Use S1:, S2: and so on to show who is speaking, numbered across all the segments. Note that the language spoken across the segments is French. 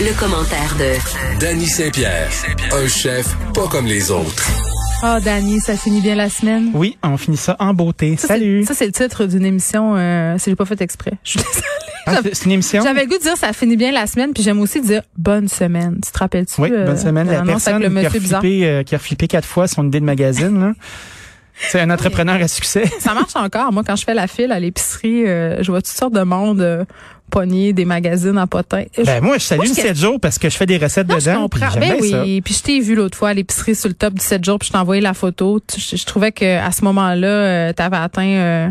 S1: le commentaire de
S2: Danny Saint-Pierre, un chef pas comme les autres.
S3: Ah, Dani, ça finit bien la semaine.
S4: Oui, on finit ça en beauté.
S3: Ça, c'est-
S4: Salut.
S3: Ça, c'est le titre d'une émission. Euh, si j'ai pas fait exprès. Je suis désolée.
S4: Ah, c'est- c'est une émission.
S3: J'avais le goût de dire ça finit bien la semaine, puis j'aime aussi dire bonne semaine. Tu te rappelles-tu?
S4: Oui,
S3: euh,
S4: bonne semaine.
S3: de
S4: La
S3: l'annonce avec
S4: personne
S3: le
S4: qui, a
S3: monsieur bizarre.
S4: flippé, euh, qui a flippé quatre fois son idée de magazine. là. C'est un entrepreneur à succès.
S3: Ça marche encore. Moi, quand je fais la file à l'épicerie, euh, je vois toutes sortes de monde euh, pogner des magazines en potin. Je-
S4: Ben, moi, je salue
S3: Moi, je-
S4: une 7 jours parce que je fais des recettes
S3: Non, je
S4: dedans. puis
S3: comprends.
S4: j'aime
S3: Ben
S4: bien ça.
S3: oui. Puis je t'ai vu l'autre fois à l'épicerie sur le top du 7 jours, puis je t'ai envoyé la photo. Tu- Je, je trouvais que à ce moment-là, euh, t'avais atteint euh,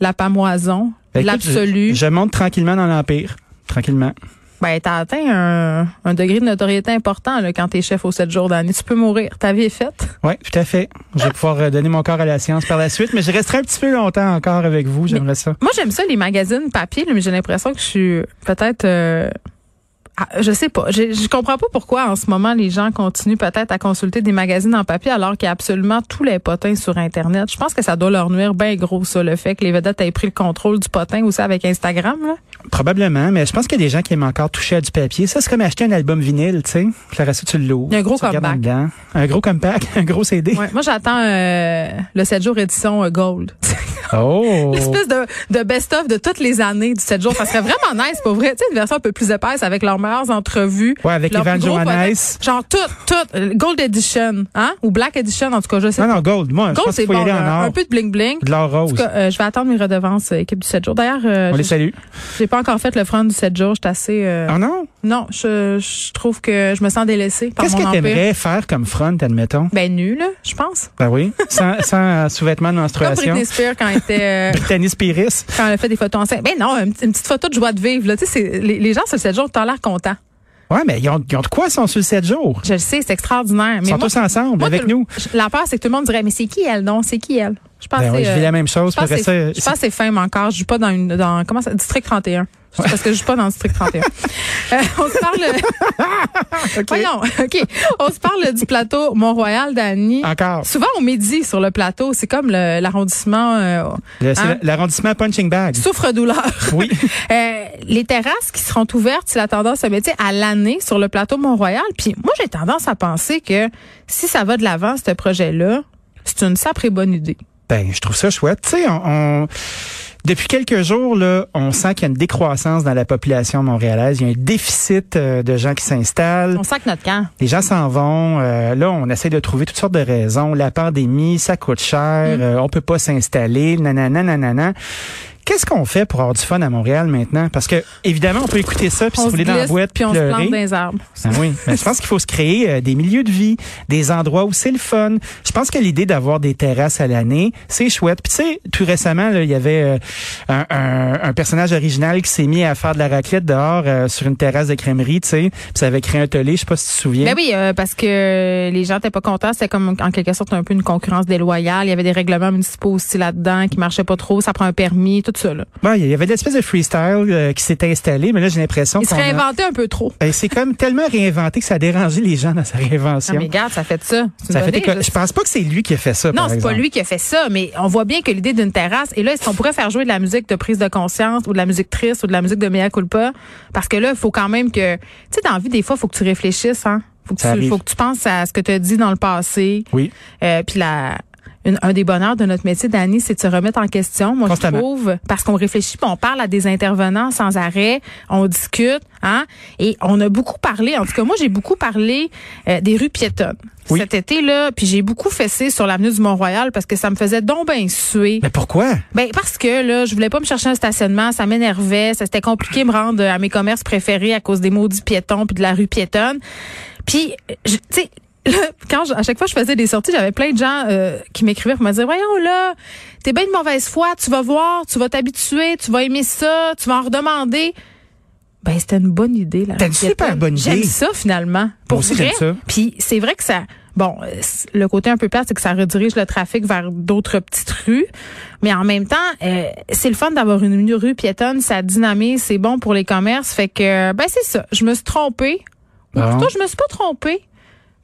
S3: la pamoison,
S4: Ben, écoute,
S3: l'absolu.
S4: Je, je monte tranquillement dans l'Empire. Tranquillement.
S3: Ben, t'as atteint un, un degré de notoriété important là, quand t'es chef aux 7 jours d'année. Tu peux mourir. Ta vie est faite.
S4: Oui, tout à fait. Je vais pouvoir euh, donner mon corps à la science par la suite, mais je resterai un petit peu longtemps encore avec vous. J'aimerais ça.
S3: Moi, j'aime ça, les magazines papier, là, mais j'ai l'impression que je suis peut-être... euh, ah, je sais pas. Je, je comprends pas pourquoi en ce moment les gens continuent peut-être à consulter des magazines en papier alors qu'il y a absolument tous les potins sur Internet. Je pense que ça doit leur nuire bien gros, ça, le fait que les vedettes aient pris le contrôle du potin aussi avec Instagram. Là.
S4: Probablement, mais je pense qu'il y a des gens qui aiment encore toucher à du papier. Ça, c'est comme acheter un album vinyle, tu sais. Puis le reste, tu l'ouvres.
S3: Il y a un gros
S4: tu regardes en
S3: comeback.
S4: dedans. Un gros comeback, un gros CD.
S3: Ouais. Moi, j'attends euh, le 7 jours édition euh, Gold.
S4: Oh!
S3: L'espèce de, de best-of de toutes les années du 7 jours. Ça serait vraiment nice, pour vrai. Tu sais, une version un peu plus épaisse avec leurs meilleures entrevues.
S4: Ouais, avec
S3: leurs
S4: Evan
S3: plus gros
S4: Johannes.
S3: podcasts. Genre tout, tout. euh, Gold Edition, hein? Ou Black Edition, en tout cas, je sais.
S4: Non,
S3: pas.
S4: non, Gold, moi, je
S3: Gold,
S4: pense
S3: c'est
S4: qu'il faut
S3: bon.
S4: y aller
S3: là.
S4: en
S3: un
S4: or.
S3: peu de bling-bling.
S4: De l'or
S3: En tout
S4: rose.
S3: cas, euh, je vais attendre mes redevances, euh, équipe du 7 jours. D'ailleurs, euh,
S4: On les
S3: j'ai-
S4: salue.
S3: j'ai pas encore fait le front du 7 jours. J'étais assez... euh,
S4: Ah non?
S3: Non, je, je trouve que je me sens délaissée par
S4: Qu'est-ce
S3: mon
S4: que
S3: empire.
S4: t'aimerais faire comme front, admettons?
S3: Ben, nu, là, je pense.
S4: Ben oui. Sans, sans euh, sous-vêtements de
S3: Comme
S4: menstruation.
S3: Britney Spears quand elle était... euh,
S4: Brittany Spiris.
S3: quand elle a fait des photos enceintes. Ben non, une, petite- une petite photo de joie de vivre. Là. Tu sais, c'est- les, les gens sur le 7 jours, t'as l'air content.
S4: Ouais, mais ils ont, ils ont de quoi, ils sont sur le 7 jours.
S3: Je le sais, c'est extraordinaire.
S4: Ils
S3: Mais
S4: sont
S3: moi,
S4: tous ensemble,
S3: moi,
S4: avec
S3: tout-
S4: nous.
S3: la peur, c'est que tout le monde dirait, mais c'est qui elle? Non, c'est qui elle? Je pense
S4: Ben
S3: que
S4: oui,
S3: c'est,
S4: je vis
S3: euh,
S4: la même chose.
S3: je pense
S4: Puis
S3: que
S4: après ça,
S3: c'est- je pense que c'est fin encore. Je joue pas dans une, dans, comment ça, district 31. C'est Parce que je joue pas dans le district 31. Euh, on se parle,
S4: c'est- OK.
S3: voyons, OK. On se parle du plateau Mont-Royal d'Annie.
S4: Encore.
S3: Souvent au midi sur le plateau, c'est comme le- l'arrondissement euh,
S4: Le- c'est
S3: Hein?
S4: L'arrondissement Punching Bag.
S3: souffre-douleur.
S4: Oui.
S3: Euh, les terrasses qui seront ouvertes, c'est la tendance à métier à l'année sur le plateau Mont-Royal. Puis moi, j'ai tendance à penser que si ça va de l'avant, ce projet-là, c'est une sacrée bonne idée.
S4: Ben, je trouve ça chouette. Tu sais, on, on- depuis quelques jours, là, on sent qu'il y a une décroissance dans la population montréalaise. Il y a un déficit euh, de gens qui s'installent.
S3: On sent que notre camp.
S4: Les gens s'en vont. Euh, là, on essaie de trouver toutes sortes de raisons. La pandémie, ça coûte
S3: Mm.
S4: cher. euh, on peut pas s'installer. Nanana, nanana. Qu'est-ce qu'on fait pour avoir du fun à Montréal maintenant? Parce que, évidemment, on peut écouter ça, puis
S3: on
S4: se
S3: se
S4: rouler dans la
S3: glisse,
S4: boîte,
S3: puis on se
S4: pleurer.
S3: plante dans les arbres.
S4: Ah oui, mais je pense qu'il faut se créer euh, des milieux de vie, des endroits où c'est le fun. Je pense que l'idée d'avoir des terrasses à l'année, c'est chouette. Puis tu sais, tout récemment, là, il y avait euh, un, un- un personnage original qui s'est mis à faire de la raclette dehors euh, sur une terrasse de crèmerie, tu sais. Puis ça avait créé un tollé, je sais pas si tu te souviens.
S3: Ben oui, euh, parce que les gens n'étaient pas contents. C'était comme en quelque sorte un peu une concurrence déloyale. Il y avait des règlements municipaux aussi là-dedans qui marchaient pas trop. Ça prend un permis, tout ça. Là.
S4: Bon, il y avait de l'espèce de freestyle euh, qui s'est installé, mais là j'ai l'impression
S3: Ils se
S4: qu'on a-
S3: réinventaient un peu trop.
S4: Ben, c'est comme tellement réinventé que ça a dérangé les gens dans sa
S3: Ah,
S4: réinvention.
S3: mais regarde, ça fait de ça. C'est une
S4: ça fait
S3: bonne
S4: des
S3: idée,
S4: co- je pense pas que c'est lui qui a fait ça.
S3: Non,
S4: par
S3: c'est pas
S4: exemple.
S3: lui qui a fait ça, mais on voit bien que l'idée d'une terrasse, et là, est-ce qu'on pourrait faire jouer de la musique de prise de conscience ou de la musique triste ou de la musique de mea culpa? Parce que là, il faut quand même que, tu sais, dans la vie, des fois, il faut que tu réfléchisses, hein? Faut que,
S4: Ça
S3: tu,
S4: arrive.
S3: faut que tu penses à ce que tu as dit dans le passé.
S4: Oui.
S3: Euh, puis la, une- un des bonheurs de notre métier, Dani, c'est de se remettre en question. Moi, je
S4: Constamment.
S3: trouve, parce qu'on réfléchit, puis on parle à des intervenants sans arrêt, on discute, hein, et on a beaucoup parlé. En tout cas, moi, j'ai beaucoup parlé euh, des rues piétonnes
S4: Oui.
S3: cet été-là, puis j'ai beaucoup fessé sur l'avenue du Mont-Royal parce que ça me faisait donc bien suer.
S4: Mais pourquoi?
S3: Ben parce que là, je voulais pas me chercher un stationnement, ça m'énervait, ça c'était compliqué de me rendre à mes commerces préférés à cause des maudits piétons puis de la rue piétonne. Puis je- tu sais là, quand je- à chaque fois que je faisais des sorties, j'avais plein de gens euh, qui m'écrivaient pour me dire voyons là, t'es bien de mauvaise foi, tu vas voir, tu vas t'habituer, tu vas aimer ça, tu vas en redemander. Ben c'était une bonne idée là.
S4: T'as une super bonne idée.
S3: J'aime ça finalement. Pour
S4: aussi,
S3: vrai.
S4: j'aime ça.
S3: Puis c'est vrai que ça bon, euh, c- le côté un peu plate c'est que ça redirige le trafic vers d'autres petites rues, mais en même temps, euh, c'est le fun d'avoir une rue piétonne, ça dynamise, c'est bon pour les commerces, fait que ben c'est ça, je me suis trompée. Ou
S4: Bon.
S3: plutôt je me suis pas trompée.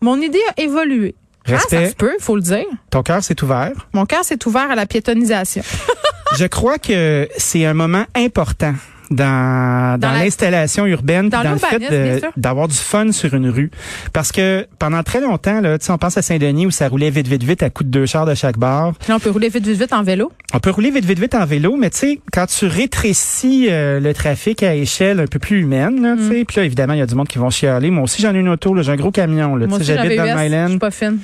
S3: Mon idée a évolué. Ah,
S4: Respect.
S3: ça se peut, faut le dire.
S4: Ton cœur s'est ouvert.
S3: Mon cœur s'est ouvert à la piétonisation.
S4: Je crois que c'est un moment important dans,
S3: Dans
S4: dans,
S3: la-
S4: l'installation urbaine,
S3: Dans
S4: puis le fait
S3: l'urbanisme, bien
S4: de-
S3: sûr.
S4: d'avoir du fun sur une rue. Parce que pendant très longtemps, là, tu sais, on pense à Saint-Denis où ça roulait vite, vite, vite à coups de deux chars de chaque bar.
S3: Là, on peut rouler vite, vite, vite en vélo.
S4: On peut rouler vite, vite, vite en vélo, mais tu sais, quand tu rétrécis euh, le trafic à échelle un peu plus humaine, là,
S3: Mm.
S4: tu sais, puis là, évidemment, il y a du monde qui vont chialer. Moi aussi, j'en ai une auto, là, j'ai un gros camion, là, tu
S3: Moi
S4: sais,
S3: aussi, j'avais
S4: j'habite dans
S3: US,
S4: le
S3: je suis
S4: Myland,
S3: pas fine.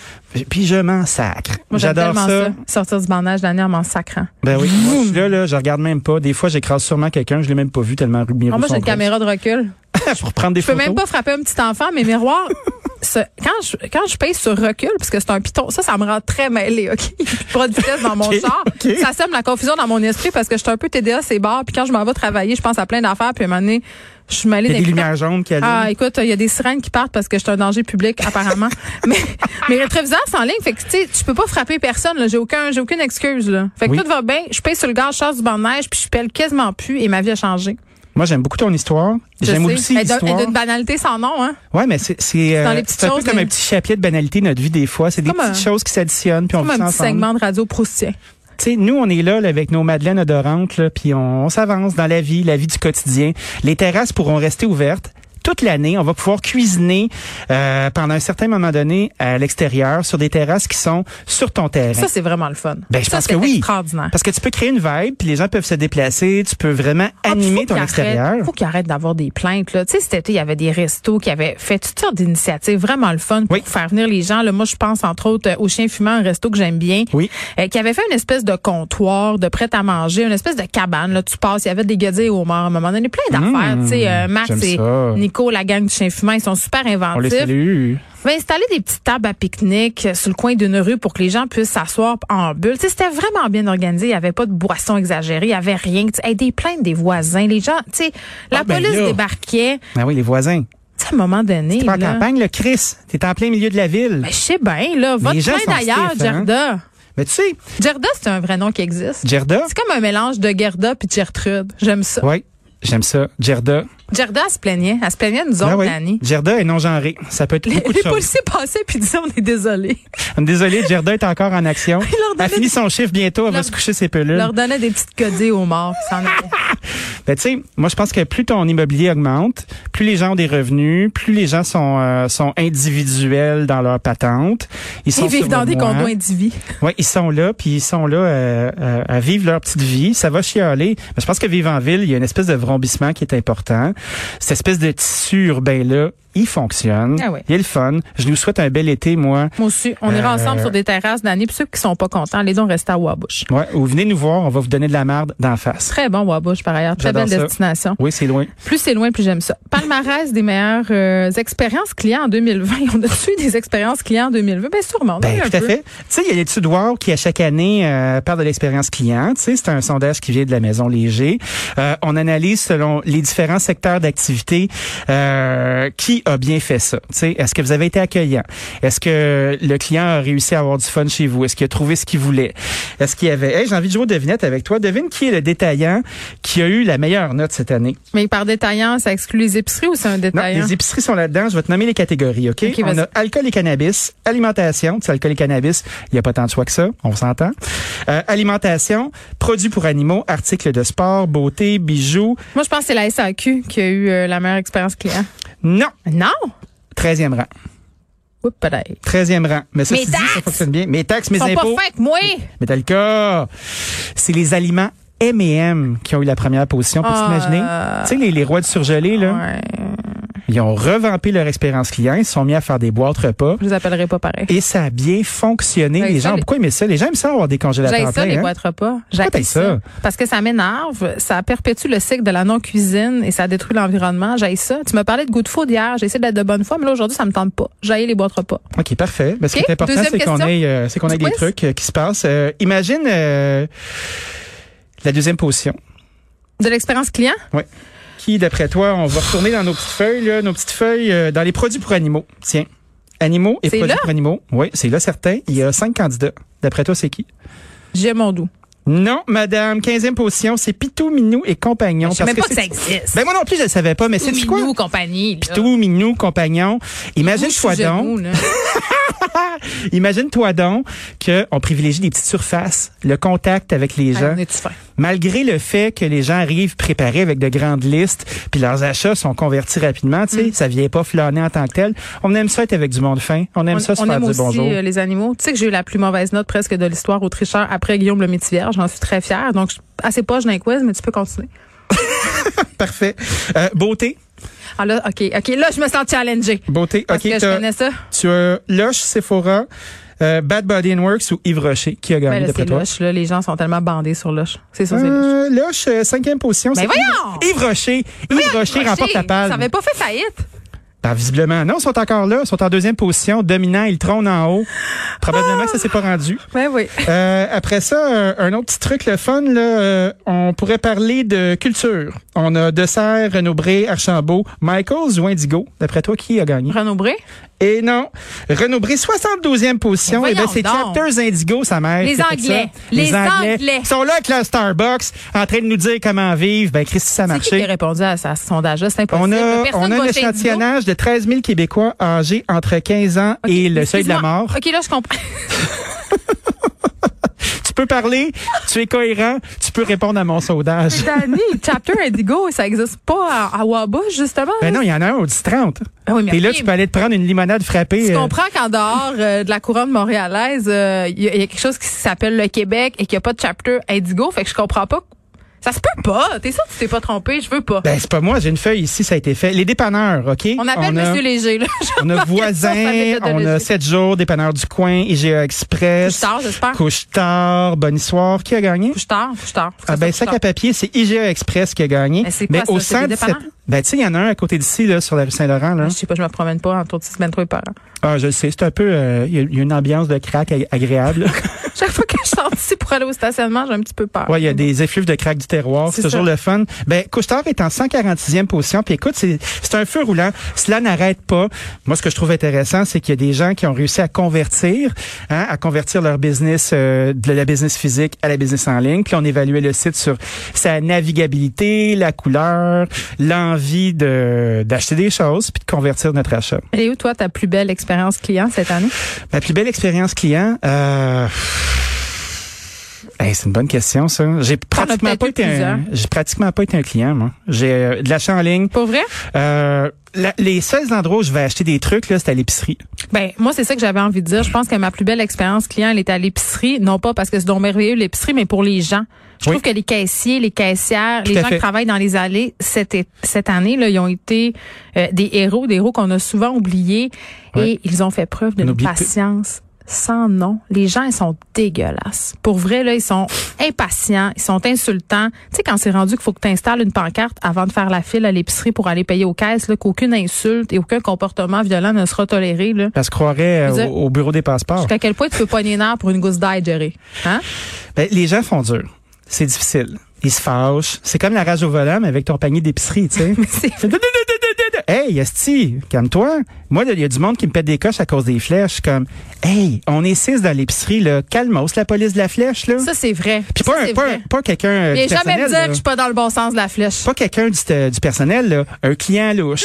S4: puis je m'en sacre.
S3: Moi, j'aime
S4: J'adore
S3: tellement
S4: ça.
S3: ça. Sortir du bandage dernièrement en sacrant. Ah,
S4: Ben oui,
S3: Mmh.
S4: moi, je suis là, là, je regarde même pas. Des fois, j'écrase sûrement quelqu'un, je l'ai même pas vu tellement mes
S3: Ah, moi,
S4: roues
S3: j'ai
S4: sont
S3: une caméra de recul.
S4: grosses. pour prendre des
S3: Je peux
S4: photos.
S3: même pas frapper un petit enfant, mais miroir. ce- quand je quand je pèse sur recul parce que c'est un piton ça ça me rend très mêlée ok pas de vitesse dans mon
S4: Ok,
S3: char
S4: ok.
S3: ça sème la confusion dans mon esprit parce que je suis un peu TDA c'est barre puis quand je m'en vais travailler je pense à plein d'affaires puis à un moment donné je suis mêlée
S4: Il y a
S3: d'un
S4: des
S3: piton.
S4: lumières jaunes qui allument.
S3: Ah, écoute, il y a des sirènes qui partent parce que je suis un danger public, apparemment. mais, mais rétroviseur, c'est en ligne. Fait que, tu sais, tu peux pas frapper personne, là. J'ai aucun, j'ai aucune excuse, là. Fait que
S4: Oui.
S3: tout va bien. Je paye sur le gaz, je chasse du banc de neige, puis je pèle quasiment plus et ma vie a changé.
S4: Moi, j'aime beaucoup ton histoire.
S3: Je
S4: J'aime
S3: sais.
S4: aussi
S3: Elle est d'un- elle est
S4: l'histoire.
S3: d'une banalité sans nom, hein.
S4: Ouais, mais c'est c'est
S3: dans
S4: euh,
S3: les petites
S4: c'est un peu
S3: choses,
S4: comme
S3: mais-
S4: un petit chapitre de banalité notre vie des fois. C'est des
S3: Comme un-
S4: petites choses qui s'additionnent puis on
S3: Comme
S4: vit
S3: un
S4: ça
S3: petit
S4: ensemble.
S3: segment de radio proustien.
S4: Tu sais, nous, on est là, là, avec nos madeleines odorantes, là, puis on, on s'avance dans la vie, la vie du quotidien. Les terrasses pourront rester ouvertes toute l'année. On va pouvoir cuisiner euh, pendant un certain moment donné à l'extérieur sur des terrasses qui sont sur ton terrain.
S3: Ça, c'est vraiment le fun.
S4: Ben, je
S3: ça,
S4: pense
S3: c'est
S4: que oui.
S3: extraordinaire.
S4: Parce que tu peux créer une vibe, puis les gens peuvent se déplacer, tu peux vraiment
S3: Ah, puis
S4: animer
S3: faut
S4: ton
S3: qu'il
S4: extérieur.
S3: Arrête, faut qu'il arrête d'avoir des plaintes. Là. Tu sais, cet été, il y avait des restos qui avaient fait toutes sortes d'initiatives vraiment le fun pour
S4: Oui.
S3: faire venir les gens. Là, moi, je pense entre autres euh, au Chien Fumant, un resto que j'aime bien,
S4: Oui.
S3: euh, qui avait fait une espèce de comptoir, de prêt-à-manger, une espèce de cabane. Là, tu passes, il y avait des guédilles au mort à un moment donné, plein d'affaires.
S4: Mmh,
S3: tu sais, euh, Max
S4: j'aime
S3: et
S4: ça.
S3: Nico, la gang du Chien Fumant, ils sont super
S4: On les
S3: inventifs.
S4: salue.
S3: Je vais installer des petites tables à pique-nique euh, sur le coin d'une rue pour que les gens puissent s'asseoir en bulle. Tu sais, C'était vraiment bien organisé. Il n'y avait pas de boisson exagérée. Il n'y avait rien. Tu sais, hey, des plaintes des voisins. Les gens, tu sais, la
S4: Ah, ben
S3: police
S4: là.
S3: débarquait.
S4: Ah oui, les voisins.
S3: Tu sais, à un moment donné.
S4: T'es pas en
S3: là,
S4: campagne, le Chris. T'es en plein milieu de la ville.
S3: ben, je sais bien, là. Va
S4: Les
S3: te
S4: gens
S3: plaindre
S4: sont
S3: d'ailleurs,
S4: stiff, hein?
S3: Gerda.
S4: Mais tu sais,
S3: Gerda, c'est un vrai nom qui existe.
S4: Gerda.
S3: C'est comme un mélange de Gerda puis de Gertrude. J'aime ça.
S4: Oui, j'aime ça. Gerda.
S3: Gerda, elle se plaignait. Elle se plaignait de nous
S4: Ah
S3: autres,
S4: oui.
S3: Dani.
S4: Gerda est non-genrée. Ça peut être
S3: Les,
S4: beaucoup de
S3: les
S4: choses.
S3: policiers passaient puis disaient, on est désolé.
S4: Désolée, Gerda est encore en action.
S3: leur
S4: Elle
S3: donnait
S4: finit son chiffre bientôt, elle va
S3: leur-
S4: se coucher ses pelules.
S3: leur donnait des petites codées aux morts. puis ça
S4: Ah,
S3: en était.
S4: Ben, tu sais, moi, je pense que plus ton immobilier augmente, plus les gens ont des revenus, plus les gens sont, euh, sont individuels dans leur patente. Ils sont
S3: Ils vivent
S4: sur
S3: dans
S4: le
S3: des
S4: moins.
S3: condos indivis.
S4: Ouais, ils sont là, puis ils sont là euh, euh, à vivre leur petite vie. Ça va chialer. Mais je pense que vivre en ville, il y a une espèce de vrombissement qui est important. Cette espèce de tissu urbain-là, il fonctionne.
S3: Ah ouais.
S4: Il est le fun. Je nous souhaite un bel été, moi.
S3: Moi aussi. On ira
S4: Euh,
S3: ensemble sur des terrasses d'année. Puis ceux qui sont pas contents, les dons restent à Wabush.
S4: Ouais, ou venez nous voir, on va vous donner de la merde d'en face.
S3: Très bon Wabush, par ailleurs. Très
S4: J'adore
S3: belle
S4: ça.
S3: destination.
S4: Oui, c'est loin.
S3: Plus c'est loin, plus j'aime ça. Palmarès des meilleures euh, expériences clients en 2020. On a eu des expériences clients en 2020? Bien sûrement. on en a eu
S4: Ben,
S3: hein, un
S4: tout à
S3: peu.
S4: fait. Tu sais, il y a l'étude WOW qui, à chaque année, euh, parle de l'expérience client. Tu sais, c'est un sondage qui vient de la Maison Léger. Euh, on analyse selon les différents secteurs d'activité euh, qui a bien fait ça. Tu sais, est-ce que vous avez été accueillant? Est-ce que le client a réussi à avoir du fun chez vous? Est-ce qu'il a trouvé ce qu'il voulait? Est-ce qu'il y avait... Hey, j'ai envie de jouer aux devinettes avec toi. Devine qui est le détaillant qui a eu la meilleure note cette année.
S3: Mais par détaillant, ça exclut les épiceries ou c'est un
S4: Non,
S3: détaillant?
S4: les épiceries sont là-dedans. Je vais te nommer les catégories, OK?
S3: OK,
S4: on
S3: vas-y.
S4: a alcool et cannabis, alimentation. Tu sais, alcool et cannabis, il n'y a pas tant de choix que ça, on s'entend. Euh, alimentation, produits pour animaux, articles de sport, beauté, bijoux.
S3: Moi, je pense que c'est la SAQ qui a eu euh, la meilleure expérience client.
S4: Non,
S3: Non!
S4: 13e rang.
S3: Oups, peut-être.
S4: 13e rang. Mais ça,
S3: Mes
S4: dit, ça
S3: taxes!
S4: fonctionne bien. Mes taxes,
S3: Ils
S4: mes
S3: sont
S4: impôts.
S3: pas faits que moi!
S4: Mais t'as le cas. C'est les aliments M&M qui ont eu la première position. Peux-tu
S3: Ah,
S4: t'imaginer?
S3: euh,
S4: Tu sais, les, les rois du surgelé, là,
S3: Ouais.
S4: ils ont revampé leur expérience client. Ils se sont mis à faire des boîtes repas.
S3: Je les appellerai pas pareil.
S4: Et ça a bien fonctionné.
S3: Ouais,
S4: les
S3: Ben, ça,
S4: gens ont
S3: les-
S4: beaucoup aimé ça. Les gens aiment ça avoir des
S3: J'aille
S4: congélateurs
S3: ça,
S4: pleins.
S3: les
S4: hein.
S3: boîtes repas.
S4: t'aimes
S3: J'aille
S4: ça?
S3: ça. Parce que ça m'énerve, ça perpétue le cycle de la non-cuisine et ça détruit l'environnement. J'aille ça. Tu me parlais de goût de food hier. J'ai essayé d'être de bonne foi, mais là, aujourd'hui, ça me tente pas. J'aille les boîtes repas.
S4: OK, parfait. Mais ce qui
S3: OK,
S4: est important,
S3: deuxième
S4: c'est qu'on
S3: question.
S4: ait, euh, c'est qu'on
S3: Du
S4: ait des
S3: quiz?
S4: trucs euh, qui se passent. Euh, imagine euh, la deuxième position.
S3: De l'expérience client?
S4: Qui, d'après toi, on va retourner dans nos petites feuilles, là, nos petites feuilles euh, dans les produits pour animaux. Tiens, animaux et
S3: C'est
S4: produits
S3: là?
S4: pour animaux. Oui, c'est là certain. Il y a cinq candidats. D'après toi, c'est qui
S3: J'ai mon doux.
S4: Non, madame, 15e position, c'est Pitou, Minou et Compagnon.
S3: Ah, Je sais
S4: parce
S3: même pas que ça
S4: c'est-
S3: existe.
S4: Ben moi non plus, je ne savais pas, mais c'est
S3: Ou
S4: quoi?
S3: Minou euh. compagnie. là.
S4: Pitou, Minou, Compagnon.
S3: Ou
S4: Imagine-toi
S3: Sujet
S4: donc.
S3: Mou, là.
S4: Imagine-toi donc qu'on privilégie des petites surfaces, le contact avec les
S3: Hey,
S4: gens,
S3: Ah, on est-tu fin?
S4: malgré le fait que les gens arrivent préparés avec de grandes listes, puis leurs achats sont convertis rapidement, tu sais,
S3: Mm.
S4: ça vient pas flâner en tant que tel. On aime ça être avec du monde fin, on aime
S3: On,
S4: ça se
S3: on
S4: faire
S3: aime
S4: dire
S3: aussi
S4: bonjour.
S3: euh, les animaux. Tu sais que j'ai eu la plus mauvaise note presque de l'histoire au tricheur après Guillaume le Métivière. J'en suis très fière. Donc, je- assez poche d'un quiz, mais tu peux continuer.
S4: Parfait. Euh, beauté,
S3: Ah là, OK, OK. Là, je me sens challengée.
S4: beauté.
S3: Parce
S4: ok,
S3: que je
S4: t'as-
S3: connais ça.
S4: tu as Lush, Sephora, euh, Bad Body and Works ou Yves Rocher qui a
S3: Ben
S4: gagné
S3: là,
S4: d'après
S3: c'est
S4: toi.
S3: Lush, là. Les gens sont tellement bandés sur Lush. C'est ça, c'est Lush.
S4: Euh, Lush, euh, cinquième position.
S3: Ben
S4: c'est
S3: voyons!
S4: Yves- Yves Rocher. Yves Ah! Rocher remporte la
S3: Ça
S4: palme.
S3: avait pas fait faillite.
S4: Ben, visiblement, non, ils sont encore là. Ils sont en deuxième position, dominant. Ils trônent en haut. Probablement que ça s'est pas rendu.
S3: Ben oui.
S4: Euh, après ça, un, un autre petit truc, le fun, là, euh, on pourrait parler de culture. On a Dessert, Renaud-Bré, Archambault, Michaels ou Indigo. D'après toi, qui a gagné?
S3: Renaud Bré.
S4: Et non, Renaud-Bré, 72e position.
S3: Mais
S4: Et ben,
S3: voyons
S4: c'est
S3: donc.
S4: Chapters Indigo, sa mère.
S3: Les
S4: qui a fait
S3: Anglais.
S4: ça.
S3: Les Anglais.
S4: Ils sont là avec la Starbucks, en train de nous dire comment vivre. Ben, Christy, ça a
S3: C'est qui qui a
S4: marché.
S3: répondu à ce sondage-là? C'est
S4: On
S3: impossible.
S4: a,
S3: Personne
S4: on a
S3: va
S4: un
S3: chez Indigo.
S4: échantillonnage de 13 000 Québécois âgés entre 15 ans
S3: OK,
S4: et le seuil de la
S3: excuse-moi.
S4: mort.
S3: OK, là, je comprends.
S4: Tu peux parler, tu es cohérent, tu peux répondre à mon sondage.
S3: Danny, Chapter Indigo, ça existe pas à, à Wabash, justement.
S4: Ben non, il y en a un au 10 30.
S3: Ah oui, mais
S4: Et là,
S3: OK,
S4: tu peux aller te prendre une limonade frappée.
S3: Tu
S4: euh,
S3: comprends qu'en dehors euh, de la couronne montréalaise, euh, il y, a il y a quelque chose qui s'appelle le Québec et qu'il n'y a pas de chapter Indigo. Fait que je comprends pas. Ça se peut pas. T'es sûr que tu t'es pas trompé? Je veux pas.
S4: Ben, c'est pas moi, j'ai une feuille ici, ça a été fait. Les dépanneurs, OK?
S3: on appelle
S4: a,
S3: Monsieur Léger. Là.
S4: On a
S3: ça, ça
S4: voisins,
S3: m'étonne
S4: on
S3: de
S4: a
S3: Léger.
S4: 7 jours, dépanneurs du coin, IGA Express.
S3: Couche-tard, j'espère.
S4: Couche-tard, bonne histoire. Qui a gagné?
S3: Je tard, je tard.
S4: Ah ben, sac à papier, c'est IGA Express qui a gagné.
S3: Mais c'est quoi ça?
S4: au
S3: C'est Ah, des
S4: 117
S3: dépanneurs?
S4: Ben, tu sais, il y en a un à côté d'ici, là, sur la rue Saint-Laurent, là.
S3: Je sais pas, je me promène pas entre 6 semaines, 3 par an.
S4: Ah, je le sais, c'est un peu, euh, il y a- il y, a une ambiance de crack ag- agréable. là.
S3: Chaque fois que je sors d'ici pour aller au stationnement, j'ai un petit peu peur.
S4: Ouais, il y a des effluves de crack du terroir. C'est
S3: C'est
S4: toujours
S3: ça.
S4: le fun. Ben, Couchetard est en 146e position. Puis écoute, c'est c'est un feu roulant. Cela n'arrête pas. Moi, ce que je trouve intéressant, c'est qu'il y a des gens qui ont réussi à convertir, hein, à convertir leur business euh, de la business physique à la business en ligne. Puis on évaluait le site sur sa navigabilité, la couleur, l'envie de d'acheter des choses, puis de convertir notre achat.
S3: Elle est où, toi, ta plus belle expérience client cette année?
S4: Ma plus belle expérience client. Euh... hey, c'est une bonne question ça. J'ai pratiquement
S3: peut-être
S4: pas
S3: eu
S4: été un, j'ai pratiquement pas été un client moi. J'ai euh, de l'achat en ligne.
S3: Pour vrai?
S4: Euh, la- les seuls endroits où je vais acheter des trucs là, c'est à l'épicerie.
S3: Ben, moi, c'est ça que j'avais envie de dire. Je pense que ma plus belle expérience client, elle est à l'épicerie. Non pas parce que c'est donc merveilleux l'épicerie, mais pour les gens. Je
S4: Oui.
S3: trouve que les caissiers, les caissières,
S4: Tout
S3: les
S4: à
S3: gens
S4: fait.
S3: qui travaillent dans les allées cette, é- cette année, là, ils ont été euh, des héros, des héros qu'on a souvent oubliés.
S4: Ouais.
S3: Et ils ont fait preuve
S4: On
S3: d'une
S4: oublie peu.
S3: patience sans nom. Les gens, ils sont dégueulasses. Pour vrai, là, ils sont impatients, ils sont insultants. Tu sais, quand c'est rendu qu'il faut que tu installes une pancarte avant de faire la file à l'épicerie pour aller payer aux caisses, là, qu'aucune insulte et aucun comportement violent ne sera toléré, là.
S4: Ça se croirait euh,
S3: Je veux dire-
S4: au, au bureau des passeports.
S3: Jusqu'à quel point tu peux pogner une heure pour une gousse d'ail, Jerry? Hein?
S4: Ben, les gens font dur. C'est difficile. Ils se fâchent. C'est comme la rage au volant mais avec ton panier d'épicerie, tu sais.
S3: C'est-
S4: Hey, Esti, calme-toi. Moi, il y a du monde qui me pète des coches à cause des flèches. Je suis Comme, hey, on est six dans l'épicerie, là. Calmos, la police de la flèche, là.
S3: Ça, c'est vrai.
S4: Puis
S3: Ça,
S4: pas, un-
S3: c'est
S4: pas,
S3: vrai.
S4: un- pas quelqu'un euh, du
S3: Viens jamais me
S4: personnel.
S3: dire
S4: là.
S3: que je suis pas dans le bon sens de la flèche.
S4: Pas quelqu'un du, euh, du personnel, là. Un client louche.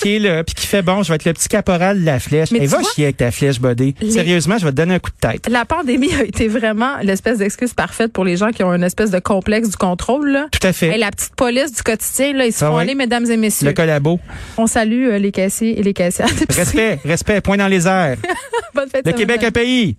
S4: qui est là, puis qui fait bon, je vais être le petit caporal de la flèche.
S3: Mais
S4: Et
S3: tu
S4: va
S3: vois,
S4: chier avec ta flèche, buddy.
S3: les-
S4: Sérieusement, je vais te donner un coup de tête.
S3: La pandémie a été vraiment l'espèce d'excuse parfaite pour les gens qui ont une espèce de complexe du contrôle. Là.
S4: Tout à fait.
S3: Et la petite police du quotidien, là, ils se
S4: Ah
S3: font
S4: ouais.
S3: aller, mesdames et messieurs.
S4: Le collabo.
S3: On salue euh, les caissiers et les caissières.
S4: Respect, respect, point dans les airs.
S3: Bonne fête.
S4: Le
S3: semaine.
S4: Québec, un pays.